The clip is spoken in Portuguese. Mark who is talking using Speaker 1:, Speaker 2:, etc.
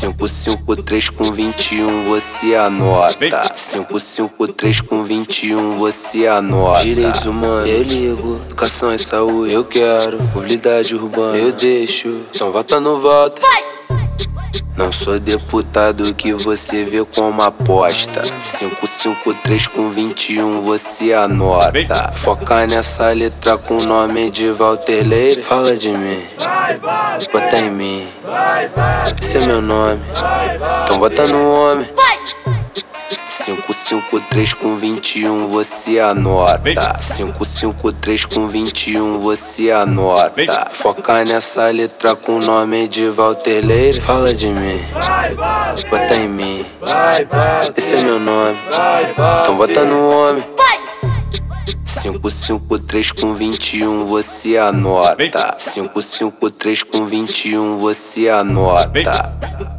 Speaker 1: 553 com 21 você anota. 553 com 21 você anota. Direitos humanos, eu ligo. Educação e saúde, eu quero. Mobilidade urbana, eu deixo. Então vota no voto. Não sou deputado que você vê como aposta. 553 com 21 você anota. Foca nessa letra com o nome de Walter Leire. Fala de mim, bota em mim. Esse é meu nome, então bota no homem. 553 com 21 você anota. 553 com 21 você anota. Foca nessa letra com o nome de Walter Leire. Fala de mim, bota em mim. Esse é meu nome, então bota no homem. 553 com 21 você um, anota. 553 com 21 você anota.